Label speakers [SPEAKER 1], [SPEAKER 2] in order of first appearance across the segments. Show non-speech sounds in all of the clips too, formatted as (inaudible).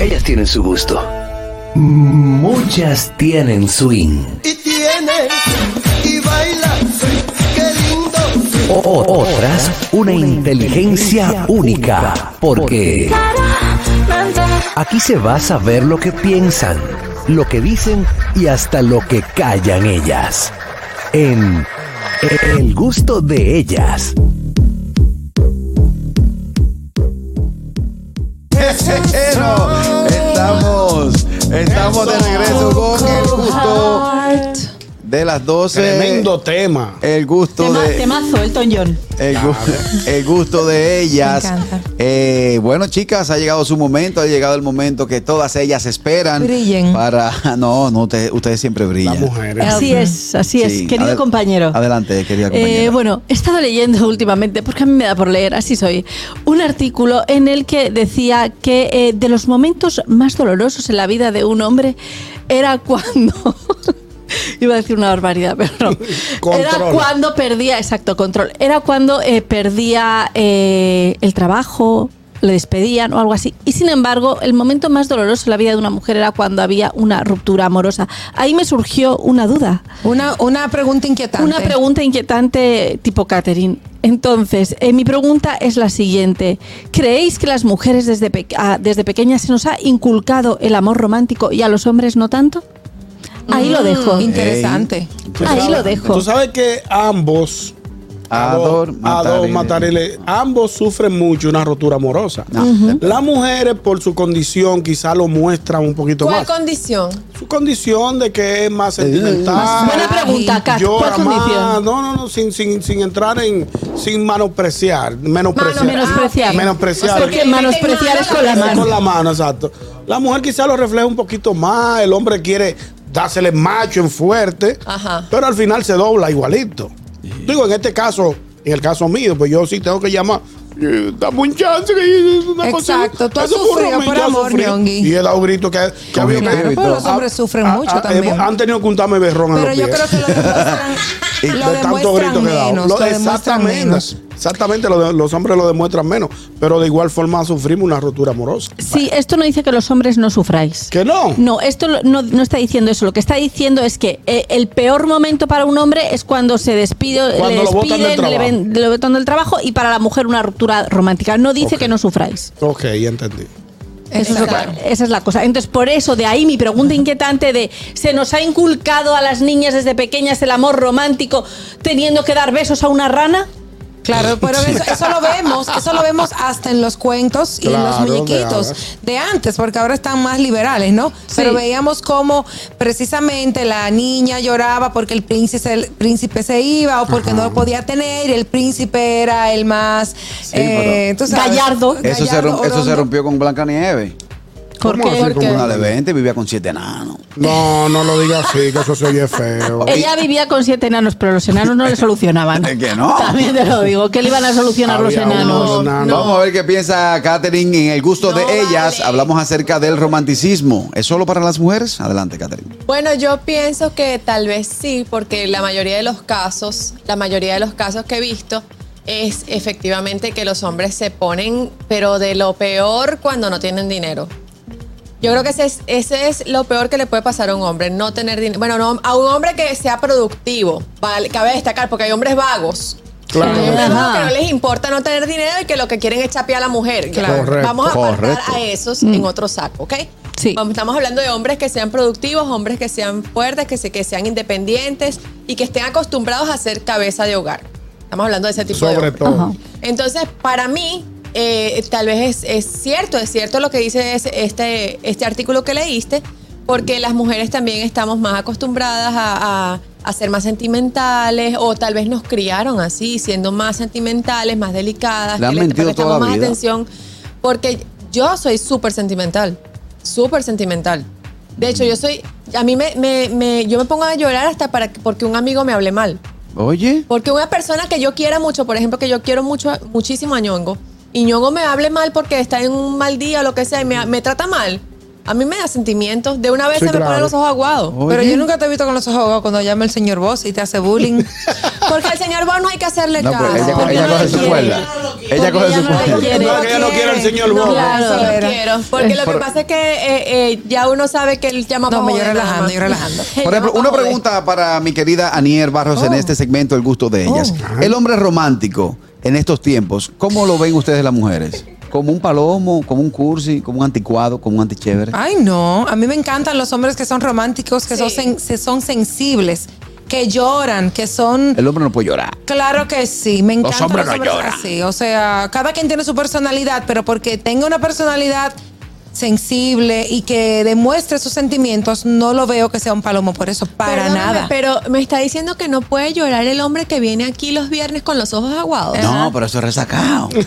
[SPEAKER 1] Ellas tienen su gusto. Muchas tienen swing.
[SPEAKER 2] Y tiene, y baila, qué lindo.
[SPEAKER 1] O- otras, una inteligencia única. Porque aquí se va a saber lo que piensan, lo que dicen y hasta lo que callan ellas. En El gusto de ellas.
[SPEAKER 3] Bueno, estamos, estamos de regreso con el gusto de las 12.
[SPEAKER 2] Eh,
[SPEAKER 4] Tremendo tema.
[SPEAKER 3] El gusto
[SPEAKER 5] Tema-
[SPEAKER 3] de
[SPEAKER 5] temazo, Elton John.
[SPEAKER 3] el, gu- (laughs) el gusto de ellas.
[SPEAKER 6] Me encanta.
[SPEAKER 3] Eh, bueno, chicas, ha llegado su momento, ha llegado el momento que todas ellas esperan
[SPEAKER 6] Brillen.
[SPEAKER 3] para (laughs) no, no ustedes, ustedes siempre
[SPEAKER 4] Las
[SPEAKER 3] brillan.
[SPEAKER 4] mujeres.
[SPEAKER 5] Así es, así
[SPEAKER 3] Sí.
[SPEAKER 5] es. Querido
[SPEAKER 3] Adel-
[SPEAKER 5] compañero.
[SPEAKER 3] Adelante, querida compañera.
[SPEAKER 5] Eh, bueno, he estado leyendo últimamente, porque a mí me da por leer, así soy, un artículo en el que decía que eh, de los momentos más dolorosos en la vida de un hombre era cuando... (laughs) Iba a decir una barbaridad, pero
[SPEAKER 3] (laughs)
[SPEAKER 5] no. Era
[SPEAKER 4] Controla.
[SPEAKER 5] cuando perdía, exacto, control. Era cuando eh, perdía eh, el trabajo, le despedían o algo así. Y sin embargo, el momento más doloroso en la vida de una mujer era cuando había una ruptura amorosa. Ahí me surgió una duda.
[SPEAKER 6] Una, una pregunta inquietante.
[SPEAKER 5] Una pregunta inquietante tipo Catherine. Entonces, eh, mi pregunta es la siguiente. ¿Creéis que las mujeres desde, pe- ah, desde pequeñas se nos ha inculcado el amor romántico y a los hombres no tanto? Ahí lo
[SPEAKER 6] Mm,
[SPEAKER 5] dejo.
[SPEAKER 6] Interesante.
[SPEAKER 4] Tú
[SPEAKER 5] Ahí
[SPEAKER 4] sabes-
[SPEAKER 5] lo dejo.
[SPEAKER 4] Tú sabes que ambos.
[SPEAKER 3] Ador Matarile.
[SPEAKER 4] Matarile, Ambos sufren mucho una rotura amorosa.
[SPEAKER 3] No,
[SPEAKER 4] Las mujeres, por su condición, quizá lo muestran un poquito
[SPEAKER 6] ¿Cuál
[SPEAKER 4] más.
[SPEAKER 6] condición?
[SPEAKER 4] Su condición de que es más sentimental.
[SPEAKER 5] Buena pregunta, Kat.
[SPEAKER 4] llora
[SPEAKER 5] ¿Cuál
[SPEAKER 4] más.
[SPEAKER 5] condición?
[SPEAKER 4] No, no, no, sin, sin, sin entrar en. sin menospreciar. Menospreciar.
[SPEAKER 5] Menospreciar.
[SPEAKER 4] Ah, Menospreciar.
[SPEAKER 5] Porque menospreciar es con la mano.
[SPEAKER 4] Con la mano, exacto. La mujer quizá lo refleja un poquito más, el hombre quiere dársele macho en fuerte,
[SPEAKER 6] Ajá.
[SPEAKER 4] pero al final se dobla igualito. Digo, en este caso, en el caso mío, pues yo sí tengo que llamar. eh, Dame un chance que es una cosa-
[SPEAKER 6] Exacto, tú has
[SPEAKER 4] eso fue un
[SPEAKER 6] sufrido
[SPEAKER 4] romance,
[SPEAKER 6] por
[SPEAKER 4] yo
[SPEAKER 6] amor,
[SPEAKER 4] sufrí.
[SPEAKER 6] Ñongui.
[SPEAKER 4] Y he dado gritos que, que había
[SPEAKER 3] Claro,
[SPEAKER 4] que-
[SPEAKER 3] pero los
[SPEAKER 4] Ah,
[SPEAKER 6] hombres sufren mucho
[SPEAKER 4] eh,
[SPEAKER 6] también.
[SPEAKER 4] Han tenido que untarme berrón en
[SPEAKER 6] Pero
[SPEAKER 4] los
[SPEAKER 6] yo
[SPEAKER 4] pies.
[SPEAKER 6] creo que lo
[SPEAKER 4] (laughs)
[SPEAKER 6] demuestran, lo
[SPEAKER 4] de tanto
[SPEAKER 6] demuestran
[SPEAKER 4] grito que he dado.
[SPEAKER 6] menos.
[SPEAKER 4] Lo-
[SPEAKER 6] lo demuestran
[SPEAKER 4] exactamente.
[SPEAKER 6] menos.
[SPEAKER 4] Exactamente, lo de- los hombres lo demuestran menos. Pero de igual forma sufrimos una rotura amorosa.
[SPEAKER 5] Sí, esto no dice que los hombres no sufráis.
[SPEAKER 4] ¿Que no?
[SPEAKER 5] No, esto lo- no, no está diciendo eso. Lo que está diciendo es que eh, el peor momento para un hombre es cuando se despide,
[SPEAKER 4] Cuando
[SPEAKER 5] le
[SPEAKER 4] lo botan del
[SPEAKER 5] despiden, le,
[SPEAKER 4] trabajo.
[SPEAKER 5] ven- lo botan del trabajo y para la mujer una ruptura romántica. No dice
[SPEAKER 4] Ok.
[SPEAKER 5] que no sufráis.
[SPEAKER 4] Ok, ya entendí.
[SPEAKER 5] Eso es lo que-
[SPEAKER 6] Exacto.
[SPEAKER 5] esa es la cosa. Entonces, por eso, de ahí mi pregunta inquietante de se nos ha inculcado a las niñas desde pequeñas el amor romántico teniendo que dar besos a una rana.
[SPEAKER 6] Claro, pero eso, eso lo vemos, eso lo vemos hasta en los cuentos y en los
[SPEAKER 4] Claro, de
[SPEAKER 6] muñequitos
[SPEAKER 4] ahora.
[SPEAKER 6] de antes, porque ahora están más liberales, ¿no? Pero veíamos cómo precisamente la niña lloraba porque el príncipe, el príncipe se iba o porque no lo podía tener y el príncipe era el más eh, tú sabes,
[SPEAKER 5] Gallardo.
[SPEAKER 3] Eso, se,
[SPEAKER 6] gallardo,
[SPEAKER 3] rom- eso se
[SPEAKER 6] orondo.
[SPEAKER 3] rompió con Blanca Nieve.
[SPEAKER 5] ¿Por
[SPEAKER 4] ¿Cómo
[SPEAKER 5] qué?
[SPEAKER 4] así?
[SPEAKER 5] Porque
[SPEAKER 4] ¿Cómo?
[SPEAKER 3] Una de 20 vivía con siete enanos.
[SPEAKER 4] No, no lo digas así, que eso se oye feo.
[SPEAKER 5] Ella vivía con siete enanos, pero los enanos
[SPEAKER 4] (laughs)
[SPEAKER 5] no le solucionaban.
[SPEAKER 3] Es que no.
[SPEAKER 5] También te lo digo, que le iban a solucionar los
[SPEAKER 4] Había unos
[SPEAKER 5] enanos.
[SPEAKER 4] enanos.
[SPEAKER 3] Vamos a ver qué piensa Katherine en el gusto de ellas. Hablamos acerca del romanticismo. ¿Es solo para las mujeres? Adelante, Katherine.
[SPEAKER 7] Bueno, yo pienso que tal vez sí, porque la mayoría de los casos, la mayoría de los casos que he visto es efectivamente que los hombres se ponen, pero de lo peor cuando no tienen dinero. Yo creo que ese es, ese es lo peor que le puede pasar a un hombre, no tener dinero. Bueno, no, a un hombre que sea productivo, vale, cabe destacar, porque hay hombres vagos. Hay
[SPEAKER 4] Claro.
[SPEAKER 7] hombres vagos
[SPEAKER 5] Ajá.
[SPEAKER 7] que no les importa no tener dinero y que lo que quieren es chapear a la mujer.
[SPEAKER 6] Claro.
[SPEAKER 4] Correcto.
[SPEAKER 7] Vamos a apartar
[SPEAKER 3] Correcto.
[SPEAKER 7] a esos en otro saco, ¿ok?
[SPEAKER 5] Sí.
[SPEAKER 7] Vamos, estamos hablando de hombres que sean productivos, hombres que sean fuertes, que, se, que sean independientes y que estén acostumbrados a ser cabeza de hogar. Estamos hablando de ese tipo de
[SPEAKER 4] Sobre
[SPEAKER 7] hombres.
[SPEAKER 4] todo.
[SPEAKER 5] Ajá.
[SPEAKER 7] Entonces, para mí, eh, tal vez es, es cierto, es cierto lo que dice ese- este, este artículo que leíste, porque las mujeres también estamos más acostumbradas a, a- a ser más sentimentales o tal vez nos criaron así, siendo más sentimentales, más delicadas,
[SPEAKER 3] Le han
[SPEAKER 7] que
[SPEAKER 3] mentido
[SPEAKER 7] prestamos
[SPEAKER 3] toda la
[SPEAKER 7] más
[SPEAKER 3] vida.
[SPEAKER 7] atención, porque yo soy súper sentimental, súper sentimental. De hecho, yo soy, a mí me, me- me- yo me pongo a llorar hasta para, que- porque un amigo me hable mal.
[SPEAKER 3] Oye.
[SPEAKER 7] Porque una persona que yo quiera mucho, por ejemplo, que yo quiero mucho, muchísimo a Ñongo, y Ñongo me hable mal porque está en un mal día o lo que sea y me, me trata mal, A mí me da sentimientos. De una vez
[SPEAKER 4] Sí,
[SPEAKER 7] se me
[SPEAKER 4] claro.
[SPEAKER 7] ponen los ojos aguados.
[SPEAKER 6] Pero yo nunca te he visto con los ojos ahogados cuando llama el señor Boss y te
[SPEAKER 3] (laughs)
[SPEAKER 6] hace bullying.
[SPEAKER 7] Porque al señor Bono hay que hacerle
[SPEAKER 3] No,
[SPEAKER 7] caso.
[SPEAKER 3] pues ella,
[SPEAKER 5] Porque
[SPEAKER 3] ella
[SPEAKER 5] no
[SPEAKER 3] coge
[SPEAKER 5] lo
[SPEAKER 3] su
[SPEAKER 5] quiere.
[SPEAKER 3] cuerda. Ella
[SPEAKER 5] Porque
[SPEAKER 3] coge
[SPEAKER 5] ella
[SPEAKER 3] su
[SPEAKER 5] no lo
[SPEAKER 3] cuerda.
[SPEAKER 5] quiere.
[SPEAKER 4] No, que ella no quiere al señor
[SPEAKER 6] No,
[SPEAKER 4] Bono.
[SPEAKER 5] claro.
[SPEAKER 7] Eso lo
[SPEAKER 6] era.
[SPEAKER 7] quiero. Porque lo que
[SPEAKER 3] Por-
[SPEAKER 7] pasa es que eh, eh, ya uno sabe que él llama
[SPEAKER 6] No,
[SPEAKER 7] pa'
[SPEAKER 6] me yo
[SPEAKER 7] joder nada
[SPEAKER 6] relajando,
[SPEAKER 7] más.
[SPEAKER 6] yo relajando.
[SPEAKER 3] Por ejemplo,
[SPEAKER 7] Llama
[SPEAKER 3] una
[SPEAKER 7] pa' joder.
[SPEAKER 3] pregunta para mi querida Anier Barros
[SPEAKER 6] Oh.
[SPEAKER 3] en este segmento El gusto de ellas. El hombre romántico en estos tiempos, ¿cómo lo ven ustedes las mujeres? ¿Como un palomo, como un cursi, como un anticuado, como un antichévere?
[SPEAKER 6] Ay, no. A mí me encantan los hombres que son románticos, que son,
[SPEAKER 7] Sí.
[SPEAKER 6] sen- se- son sensibles, que lloran, que son.
[SPEAKER 3] El hombre no puede llorar.
[SPEAKER 6] Claro que sí, me encantan
[SPEAKER 3] hombres no lloran.
[SPEAKER 6] así. O sea, cada quien tiene su personalidad, pero porque tenga una personalidad sensible y que demuestre sus sentimientos, no lo veo que sea un palomo por eso, para
[SPEAKER 7] Perdóname,
[SPEAKER 6] nada.
[SPEAKER 7] Pero me está diciendo que no puede llorar el hombre que viene aquí los viernes con los ojos aguados.
[SPEAKER 3] No, pero eso es
[SPEAKER 6] (laughs)
[SPEAKER 3] resacado.
[SPEAKER 5] Pero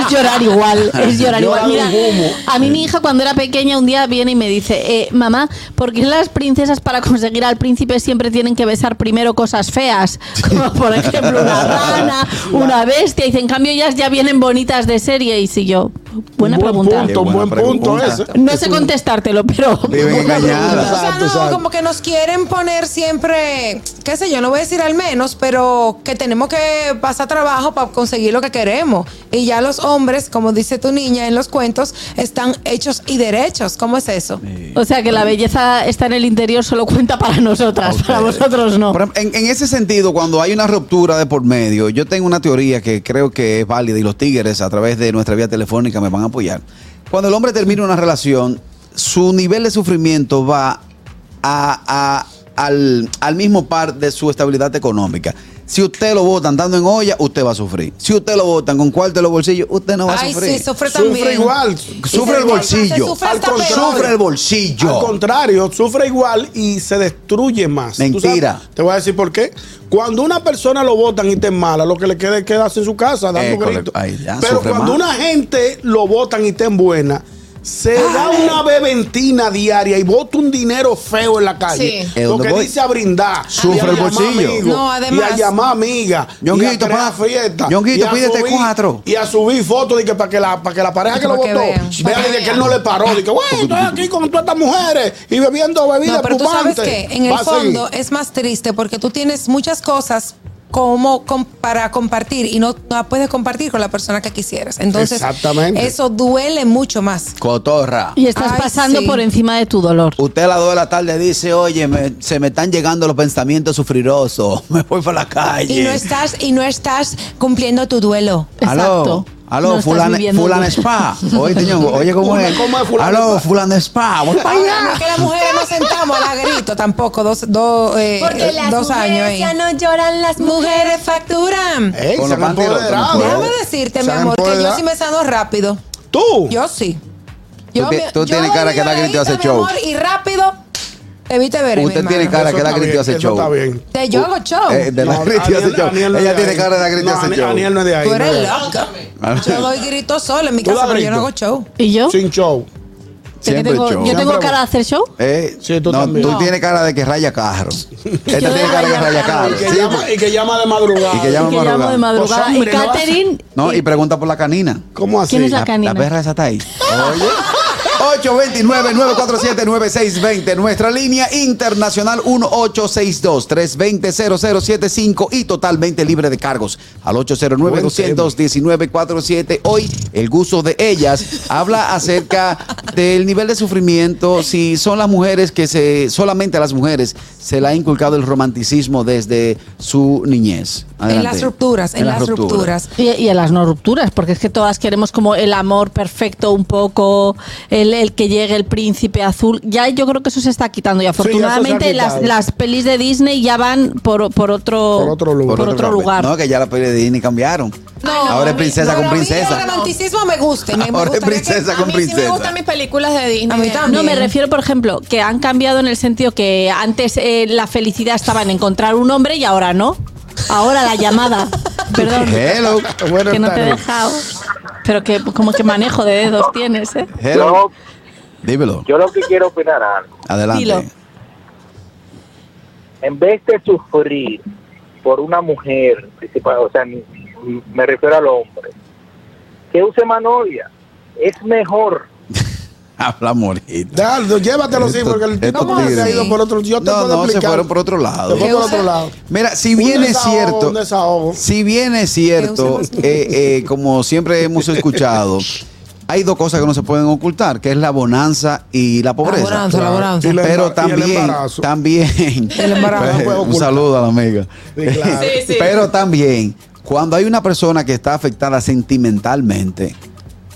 [SPEAKER 5] es llorar (laughs) igual, es llorar igual.
[SPEAKER 4] Llorar
[SPEAKER 5] Mira,
[SPEAKER 4] un humo.
[SPEAKER 5] a mí mi hija cuando era pequeña un día viene y me dice, eh, mamá, ¿por qué las princesas para conseguir al príncipe siempre tienen que besar primero cosas feas? Como por ejemplo (laughs) una rana, una bestia. Y dice, en cambio ellas ya vienen bonitas de serie. Y si yo, buena
[SPEAKER 4] Un buen
[SPEAKER 5] pregunta.
[SPEAKER 4] Punto, un
[SPEAKER 3] Buena
[SPEAKER 4] buen punto
[SPEAKER 3] pregunta.
[SPEAKER 4] ese.
[SPEAKER 5] No sé contestártelo, pero...
[SPEAKER 3] Viven engañadas.
[SPEAKER 6] O sea,
[SPEAKER 4] Exacto,
[SPEAKER 6] no,
[SPEAKER 4] exacto.
[SPEAKER 6] como que nos quieren poner siempre, qué sé yo, no voy a decir al menos, pero que tenemos que pasar trabajo para conseguir lo que queremos. Y ya los hombres, como dice tu niña en los cuentos, están hechos y derechos. ¿Cómo es eso?
[SPEAKER 5] (laughs) O sea que la belleza está en el interior, solo cuenta para nosotras, para vosotros no.
[SPEAKER 3] Por ejemplo, En, en ese sentido, cuando hay una ruptura de por medio, yo tengo una teoría que creo que es válida y los tigres a través de nuestra vía telefónica me van a apoyar. Cuando el hombre termina una relación, su nivel de sufrimiento va a- a- al, al mismo par de su estabilidad económica. Si usted lo votan dando en olla, usted va a sufrir. Si usted lo votan con cuarto de los bolsillos, usted no va a
[SPEAKER 6] Ay,
[SPEAKER 3] sufrir.
[SPEAKER 6] sí, sufre
[SPEAKER 4] Sufre
[SPEAKER 6] también.
[SPEAKER 4] igual.
[SPEAKER 3] Sufre el bolsillo.
[SPEAKER 6] Sufre,
[SPEAKER 4] Al
[SPEAKER 6] hasta
[SPEAKER 4] con-
[SPEAKER 6] peor.
[SPEAKER 3] Sufre el
[SPEAKER 4] Al
[SPEAKER 3] bolsillo.
[SPEAKER 4] contrario, sufre igual y se destruye más. ¿Tú
[SPEAKER 3] Mentira.
[SPEAKER 4] sabes? Te voy a decir por qué. Cuando una persona lo votan y te es mala, lo que le queda es quedarse en su casa dando
[SPEAKER 3] Eh,
[SPEAKER 4] gritos.
[SPEAKER 3] correcto. Ahí ya,
[SPEAKER 4] Pero
[SPEAKER 3] sufre
[SPEAKER 4] cuando
[SPEAKER 3] más.
[SPEAKER 4] una gente lo votan y te en buena, se da una beventina diaria y bota un dinero feo en la calle.
[SPEAKER 7] Sí.
[SPEAKER 3] Eh,
[SPEAKER 4] Lo
[SPEAKER 3] ¿dónde
[SPEAKER 4] que
[SPEAKER 3] voy?
[SPEAKER 4] dice a brindar.
[SPEAKER 3] Sufre
[SPEAKER 4] y a
[SPEAKER 3] el
[SPEAKER 4] llamar
[SPEAKER 3] bolsillo.
[SPEAKER 4] amigos,
[SPEAKER 6] No, además-
[SPEAKER 4] Y a llamar amigas.
[SPEAKER 3] Ñonguito,
[SPEAKER 4] y a crear
[SPEAKER 3] pa-
[SPEAKER 4] fiestas,
[SPEAKER 3] Ñonguito,
[SPEAKER 4] y a
[SPEAKER 3] pídete
[SPEAKER 4] subir-
[SPEAKER 3] cuatro.
[SPEAKER 4] Y a subir fotos de que para que la, para que la pareja que lo
[SPEAKER 6] Para que
[SPEAKER 4] votó
[SPEAKER 6] vean.
[SPEAKER 4] vea
[SPEAKER 6] Para
[SPEAKER 4] de
[SPEAKER 6] que
[SPEAKER 4] que él no le paró. De que, güey, estoy aquí con todas estas mujeres y bebiendo bebidas
[SPEAKER 6] No, pero tú sabes
[SPEAKER 4] pupantes.
[SPEAKER 6] que en el
[SPEAKER 4] Va a seguir.
[SPEAKER 6] fondo es más triste porque tú tienes muchas cosas como com- para compartir y no, no la puedes compartir con la persona que quisieras. Entonces,
[SPEAKER 4] Exactamente.
[SPEAKER 6] eso duele mucho más.
[SPEAKER 3] Cotorra.
[SPEAKER 5] Y estás
[SPEAKER 6] Ay,
[SPEAKER 5] pasando
[SPEAKER 6] sí.
[SPEAKER 5] por encima de tu dolor.
[SPEAKER 3] Usted a las 2 de la tarde dice, oye, me- se me están llegando los pensamientos sufrirosos, (laughs) me voy para la calle.
[SPEAKER 6] Y no estás y no estás cumpliendo tu duelo.
[SPEAKER 3] Aló,
[SPEAKER 5] Exacto.
[SPEAKER 3] aló,
[SPEAKER 5] No estás
[SPEAKER 3] fulana,
[SPEAKER 5] viviendo
[SPEAKER 3] fulana
[SPEAKER 5] el-
[SPEAKER 3] spa. Oye, Ñongo, oye, ¿cómo
[SPEAKER 4] Una
[SPEAKER 3] es?
[SPEAKER 4] coma de fulana
[SPEAKER 3] aló,
[SPEAKER 4] spa.
[SPEAKER 3] fulana spa, voy para
[SPEAKER 6] Ahora, no es
[SPEAKER 3] allá.
[SPEAKER 6] que las mujeres no sentamos a la grito tampoco dos, dos, eh,
[SPEAKER 7] Porque las
[SPEAKER 6] dos años.
[SPEAKER 7] mujeres
[SPEAKER 6] ahí.
[SPEAKER 7] ya no lloran las mujeres.
[SPEAKER 6] Mujeres facturan.
[SPEAKER 4] Ey,
[SPEAKER 3] Con los
[SPEAKER 4] se han
[SPEAKER 3] panties rotos,
[SPEAKER 4] empoderado.
[SPEAKER 3] con los
[SPEAKER 6] Déjame
[SPEAKER 3] Pero-
[SPEAKER 6] decirte,
[SPEAKER 4] se
[SPEAKER 6] mi
[SPEAKER 4] han
[SPEAKER 6] amor, que yo
[SPEAKER 4] empoderado.
[SPEAKER 6] sí me sano rápido.
[SPEAKER 4] Tú.
[SPEAKER 6] Yo sí.
[SPEAKER 3] Tú ti- tú tienes cara que da grito hace
[SPEAKER 6] hace
[SPEAKER 3] show.
[SPEAKER 6] y rápido, evite ver.
[SPEAKER 3] Usted tiene cara
[SPEAKER 4] Eso
[SPEAKER 3] que la
[SPEAKER 4] está
[SPEAKER 3] Cristi
[SPEAKER 4] bien,
[SPEAKER 3] hace
[SPEAKER 4] eso
[SPEAKER 3] show.
[SPEAKER 4] está bien.
[SPEAKER 6] Te yo hago show.
[SPEAKER 3] Eh, de la (laughs)
[SPEAKER 4] No,
[SPEAKER 3] Cristi hace
[SPEAKER 4] Aniel-
[SPEAKER 3] show.
[SPEAKER 4] Aniel no es
[SPEAKER 3] Ella
[SPEAKER 4] de
[SPEAKER 3] tiene
[SPEAKER 4] ahí.
[SPEAKER 3] cara de la Cristi
[SPEAKER 4] No,
[SPEAKER 3] hace
[SPEAKER 4] Aniel-
[SPEAKER 3] show. (laughs)
[SPEAKER 4] Aniel no es de ahí.
[SPEAKER 6] Tú
[SPEAKER 4] no es de
[SPEAKER 6] eres
[SPEAKER 4] ahí.
[SPEAKER 6] loca.
[SPEAKER 3] Ah,
[SPEAKER 6] Yo doy grito solo en mi
[SPEAKER 4] ¿Tú
[SPEAKER 6] casa,
[SPEAKER 4] das
[SPEAKER 6] pero yo no hago
[SPEAKER 4] grito?
[SPEAKER 6] show.
[SPEAKER 5] ¿Y yo?
[SPEAKER 4] Sin show.
[SPEAKER 3] Siempre
[SPEAKER 5] ¿Que tengo-
[SPEAKER 3] show.
[SPEAKER 5] ¿Yo tengo
[SPEAKER 4] Siempre-
[SPEAKER 5] cara de hacer show?
[SPEAKER 3] Eh,
[SPEAKER 4] Sí, tú
[SPEAKER 3] no,
[SPEAKER 4] también.
[SPEAKER 3] tú
[SPEAKER 4] No.
[SPEAKER 3] tienes cara de que raya
[SPEAKER 4] (laughs)
[SPEAKER 3] carro. Esta tiene cara de que raya
[SPEAKER 4] Y
[SPEAKER 3] carro.
[SPEAKER 4] que, llama, y que llama de madrugada.
[SPEAKER 3] Ah, pues. Y que llama-
[SPEAKER 5] Y que llamo de madrugada.
[SPEAKER 4] Pues, hombre,
[SPEAKER 5] y
[SPEAKER 4] no hace-
[SPEAKER 5] Catherine.
[SPEAKER 3] No, y pregunta por la canina.
[SPEAKER 4] ¿Cómo así?
[SPEAKER 5] ¿Quién es la
[SPEAKER 4] Ah,
[SPEAKER 5] canina?
[SPEAKER 3] La perra esa está ahí. Oye. 829-947-9620. Nuestra línea internacional 1862-320-0075 y totalmente libre de cargos. Al 809-219-47. Hoy, el gusto de ellas habla acerca del nivel de sufrimiento. Si son las mujeres que se. Solamente a las mujeres se le ha inculcado el romanticismo desde su niñez.
[SPEAKER 6] En las rupturas, en, las rupturas.
[SPEAKER 5] Y, y a las no rupturas, porque es que todas queremos como el amor perfecto un poco, el, el que llegue el príncipe azul. Ya yo creo que eso se está quitando y
[SPEAKER 4] eso se ha
[SPEAKER 5] afortunadamente las,
[SPEAKER 4] quitado.
[SPEAKER 5] las pelis de Disney ya van por, por otro,
[SPEAKER 4] Por otro lugar.
[SPEAKER 5] por
[SPEAKER 4] Por
[SPEAKER 5] otro lugar.
[SPEAKER 3] No, que ya la peli de Disney cambiaron. ahora es princesa
[SPEAKER 6] Pero
[SPEAKER 3] con
[SPEAKER 6] a mí
[SPEAKER 3] princesa.
[SPEAKER 6] El romanticismo me gusta. y me- me
[SPEAKER 3] Ahora es
[SPEAKER 6] gustaría que-
[SPEAKER 3] princesa
[SPEAKER 7] A
[SPEAKER 3] con
[SPEAKER 7] mí sí me
[SPEAKER 3] princesa.
[SPEAKER 7] gustan mis películas de Disney.
[SPEAKER 6] A mí también.
[SPEAKER 5] No, me refiero, por ejemplo, que han cambiado en el sentido que antes eh, la felicidad estaba en encontrar un hombre y ahora no. Ahora la llamada. Perdón.
[SPEAKER 3] Hello.
[SPEAKER 4] Buenas
[SPEAKER 5] que no te he
[SPEAKER 4] tardes.
[SPEAKER 5] dejado. Pero que como que manejo de dedos tienes, ¿eh?
[SPEAKER 3] Hello. Dímelo.
[SPEAKER 8] Yo lo que quiero opinar algo.
[SPEAKER 3] Adelante.
[SPEAKER 5] Dilo.
[SPEAKER 8] En vez de sufrir por una mujer, principal- o sea, ni- ni- me refiero al hombre, que use más novia. Es mejor.
[SPEAKER 3] Habla morita.
[SPEAKER 4] Dale, llévatelo sí,
[SPEAKER 3] Esto-
[SPEAKER 4] porque el tipo
[SPEAKER 3] estos
[SPEAKER 4] no se ha
[SPEAKER 3] tigres.
[SPEAKER 4] ido por otro Yo te
[SPEAKER 3] no,
[SPEAKER 4] puedo
[SPEAKER 3] no, se
[SPEAKER 4] explicar.
[SPEAKER 3] fueron por otro
[SPEAKER 4] Se
[SPEAKER 3] lado.
[SPEAKER 4] fue por otro lado.
[SPEAKER 3] Mira, si
[SPEAKER 4] Un
[SPEAKER 3] bien
[SPEAKER 4] desahogo,
[SPEAKER 3] es cierto,
[SPEAKER 4] un desahogo.
[SPEAKER 3] si bien es cierto,
[SPEAKER 6] usa más-
[SPEAKER 3] eh, eh, como siempre hemos escuchado, hay dos cosas que no se pueden ocultar, que es la bonanza y la pobreza.
[SPEAKER 6] bonanza, la bonanza.
[SPEAKER 4] Y la
[SPEAKER 3] Pero
[SPEAKER 4] embar- y el
[SPEAKER 3] también,
[SPEAKER 4] embarazo.
[SPEAKER 3] también,
[SPEAKER 6] El embarazo.
[SPEAKER 3] Pues,
[SPEAKER 4] No
[SPEAKER 3] (laughs)
[SPEAKER 4] puede
[SPEAKER 3] un
[SPEAKER 4] ocultar.
[SPEAKER 3] saludo a la amiga.
[SPEAKER 4] Sí, claro.
[SPEAKER 7] Sí, sí.
[SPEAKER 3] Pero también, cuando hay una persona que está afectada sentimentalmente,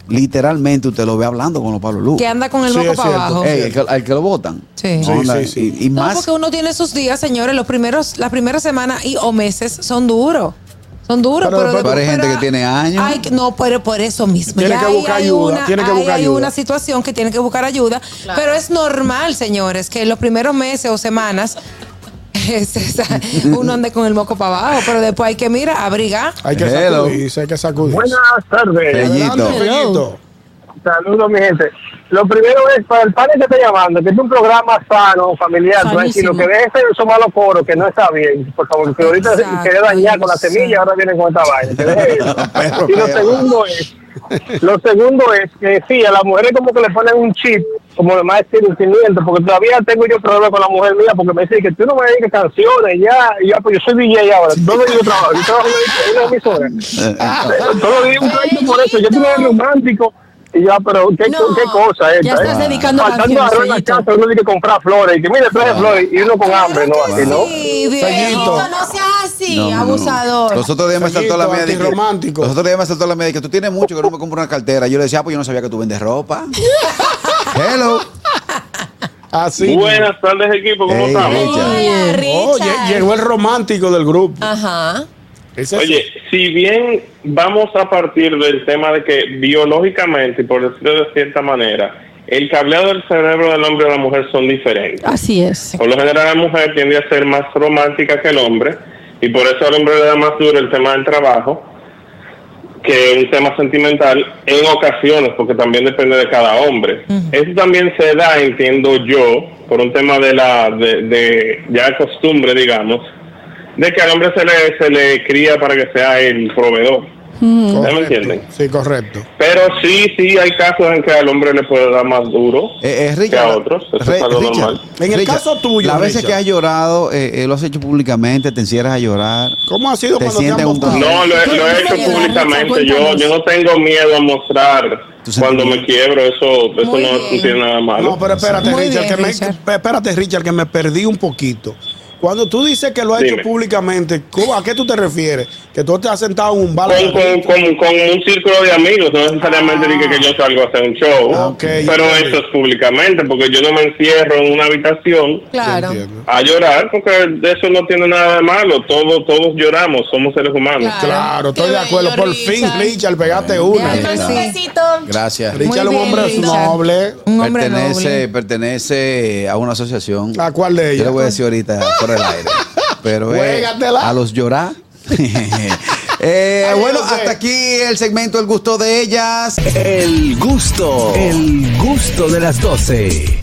[SPEAKER 3] literalmente usted lo ve hablando con los Pablo Luz.
[SPEAKER 6] Que anda con el
[SPEAKER 4] Sí,
[SPEAKER 6] boco
[SPEAKER 4] es
[SPEAKER 6] para
[SPEAKER 4] cierto.
[SPEAKER 6] abajo.
[SPEAKER 3] Ey, el que- al que lo votan.
[SPEAKER 6] Sí. Sí,
[SPEAKER 4] sí, sí.
[SPEAKER 3] Y, y
[SPEAKER 6] No,
[SPEAKER 3] más.
[SPEAKER 6] porque uno tiene sus días, señores. Los primeros, las primeras semanas y o meses son duros. Son duros,
[SPEAKER 4] Pero
[SPEAKER 6] pero,
[SPEAKER 4] después-
[SPEAKER 6] después-
[SPEAKER 3] Pero hay gente que tiene años.
[SPEAKER 6] Ay, no, pero por eso mismo.
[SPEAKER 4] Tiene
[SPEAKER 6] Ya
[SPEAKER 4] que
[SPEAKER 6] ahí
[SPEAKER 4] buscar
[SPEAKER 6] hay
[SPEAKER 4] ayuda,
[SPEAKER 6] Una,
[SPEAKER 4] tiene que
[SPEAKER 6] ahí
[SPEAKER 4] buscar
[SPEAKER 6] hay
[SPEAKER 4] ayuda.
[SPEAKER 6] una situación que tiene que buscar ayuda.
[SPEAKER 7] Claro.
[SPEAKER 6] Pero es normal, señores, que en los primeros meses o semanas (laughs) es
[SPEAKER 4] (laughs)
[SPEAKER 6] esa- uno ande con el moco para abajo. Pero después hay que, mira, abrigar.
[SPEAKER 4] Hay que
[SPEAKER 3] Hello.
[SPEAKER 4] sacudirse, hay que sacudirse.
[SPEAKER 8] Buenas tardes.
[SPEAKER 3] Peñito.
[SPEAKER 4] Adelante, Peñito.
[SPEAKER 8] Saludos, mi gente. Lo primero es para el padre que está llamando, que es un programa sano, familiar,
[SPEAKER 5] Sanísimo.
[SPEAKER 8] tranquilo, que deje esos malos coros, que no está bien, por favor, que ahorita se
[SPEAKER 6] Exacto,
[SPEAKER 8] quiere dañar con la
[SPEAKER 6] exacto.
[SPEAKER 8] semilla, ahora vienen con esta vaina. que deje eso.
[SPEAKER 3] Pero,
[SPEAKER 8] y lo
[SPEAKER 3] pero.
[SPEAKER 8] segundo es, lo segundo es que sí, a las mujeres como que le ponen un chip, como lo más sentimiento, porque todavía tengo yo problemas con la mujer mía, porque me dice que tú no me dediques canciones, ya, y ya, pues yo soy DJ ahora, ¿dónde yo trabajo? Yo trabajo en una emisora.
[SPEAKER 3] Eh,
[SPEAKER 9] Ah,
[SPEAKER 8] (laughs) Todo día un pleito por eso. Yo tenía el romántico. Y yo, ah, pero qué,
[SPEAKER 5] No,
[SPEAKER 8] qué cosa esta.
[SPEAKER 5] ya estás
[SPEAKER 8] eh?
[SPEAKER 5] dedicando
[SPEAKER 8] Faltando
[SPEAKER 5] canciones,
[SPEAKER 8] arroz en la
[SPEAKER 5] Fellito.
[SPEAKER 8] casa, uno tiene que comprar flores. Y que mire, traje flores. Y uno con hambre, ¿no? Así, ¿no?
[SPEAKER 6] Sí,
[SPEAKER 4] Peñito.
[SPEAKER 6] viejo.
[SPEAKER 7] No seas así,
[SPEAKER 3] No, no, no.
[SPEAKER 7] abusador.
[SPEAKER 3] Los otros días me saltó la
[SPEAKER 4] Fellito,
[SPEAKER 3] media.
[SPEAKER 4] antirromántico.
[SPEAKER 3] Los otros días me saltó la media. Que tú tienes mucho que no me compro una cartera. Yo le decía, ah, pues yo no sabía que tú vendes ropa. Hello.
[SPEAKER 4] Así.
[SPEAKER 9] Buenas tardes, equipo. ¿Cómo
[SPEAKER 3] Ey,
[SPEAKER 9] estamos?
[SPEAKER 3] Richard.
[SPEAKER 7] Hola,
[SPEAKER 4] Oye,
[SPEAKER 7] Richard.
[SPEAKER 4] llegó el romántico del grupo.
[SPEAKER 7] Ajá.
[SPEAKER 4] Ese es-
[SPEAKER 9] Oye, si bien vamos a partir del tema de que biológicamente, y por decirlo de cierta manera, el cableado del cerebro del hombre y la mujer son diferentes.
[SPEAKER 5] Así es.
[SPEAKER 9] Por lo general la mujer tiende a ser más romántica que el hombre y por eso al hombre le da más duro el tema del trabajo que un tema sentimental en ocasiones, porque también depende de cada hombre. Eso también se da, entiendo yo, por un tema de la de, de ya costumbre, digamos, de que al hombre se le, se le cría para que sea el proveedor. ¿Ya me
[SPEAKER 4] correcto.
[SPEAKER 9] entienden?
[SPEAKER 4] Sí, correcto.
[SPEAKER 9] Pero sí, sí, hay casos en que al hombre le puede dar más duro
[SPEAKER 3] Eh, eh,
[SPEAKER 9] que
[SPEAKER 3] Richard,
[SPEAKER 9] a otros. Eso
[SPEAKER 3] Re-
[SPEAKER 9] es algo
[SPEAKER 3] Richard,
[SPEAKER 9] normal.
[SPEAKER 4] En el
[SPEAKER 3] Richard,
[SPEAKER 4] caso tuyo,
[SPEAKER 3] Las veces
[SPEAKER 4] Richard.
[SPEAKER 3] que has llorado, eh, eh, lo has hecho públicamente, te encierras a llorar.
[SPEAKER 4] ¿Cómo ha sido
[SPEAKER 3] Te
[SPEAKER 4] cuando te han
[SPEAKER 3] sienten un
[SPEAKER 4] votado?
[SPEAKER 9] No, lo, he- lo he hecho públicamente. Yo, yo no tengo miedo a mostrar
[SPEAKER 3] Tus
[SPEAKER 9] cuando me
[SPEAKER 3] sentimientos.
[SPEAKER 9] quiebro. Eso, eso
[SPEAKER 6] Muy
[SPEAKER 9] no, no
[SPEAKER 6] bien.
[SPEAKER 9] tiene nada malo.
[SPEAKER 4] No, pero espérate,
[SPEAKER 6] Muy
[SPEAKER 4] Richard,
[SPEAKER 6] bien,
[SPEAKER 4] que me,
[SPEAKER 6] Richard.
[SPEAKER 4] que- espérate, Richard, que me perdí un poquito. Cuando tú dices que lo has hecho
[SPEAKER 9] Dime.
[SPEAKER 4] públicamente, ¿cómo- ¿a qué tú te refieres? Que tú te has sentado en un bar.
[SPEAKER 9] Con, con, con, con un círculo de amigos, no necesariamente dije
[SPEAKER 6] Ah.
[SPEAKER 9] que yo salgo a hacer un show,
[SPEAKER 4] Ah, ok, ya
[SPEAKER 9] pero
[SPEAKER 4] entendí.
[SPEAKER 9] eso es públicamente, porque yo no me encierro en una habitación
[SPEAKER 6] Claro.
[SPEAKER 4] Entiendo.
[SPEAKER 9] a llorar, porque de eso no tiene nada de malo, todos todos lloramos, somos seres humanos.
[SPEAKER 7] Claro.
[SPEAKER 4] Claro, estoy
[SPEAKER 7] Qué
[SPEAKER 4] de acuerdo.
[SPEAKER 7] bello,
[SPEAKER 4] Por fin,
[SPEAKER 7] Richard.
[SPEAKER 4] Richard, pegaste
[SPEAKER 6] Ya,
[SPEAKER 4] una.
[SPEAKER 3] Ahí
[SPEAKER 7] Un
[SPEAKER 3] está.
[SPEAKER 7] besito.
[SPEAKER 3] Gracias.
[SPEAKER 6] Muy
[SPEAKER 4] Richard es un
[SPEAKER 6] bien,
[SPEAKER 4] hombre
[SPEAKER 6] Richard.
[SPEAKER 4] noble.
[SPEAKER 3] Mm.
[SPEAKER 6] Un hombre
[SPEAKER 3] pertenece,
[SPEAKER 6] noble.
[SPEAKER 3] pertenece a una asociación.
[SPEAKER 4] ¿A cuál de
[SPEAKER 3] Yo le
[SPEAKER 4] ellas?
[SPEAKER 3] voy a decir ahorita por el aire. Pero eh,
[SPEAKER 4] Juégatela.
[SPEAKER 3] a los llorar. (laughs) Eh,
[SPEAKER 4] Ay, yo
[SPEAKER 3] bueno,
[SPEAKER 4] no sé.
[SPEAKER 3] hasta aquí el segmento El gusto de ellas.
[SPEAKER 1] El gusto. El gusto de las 12.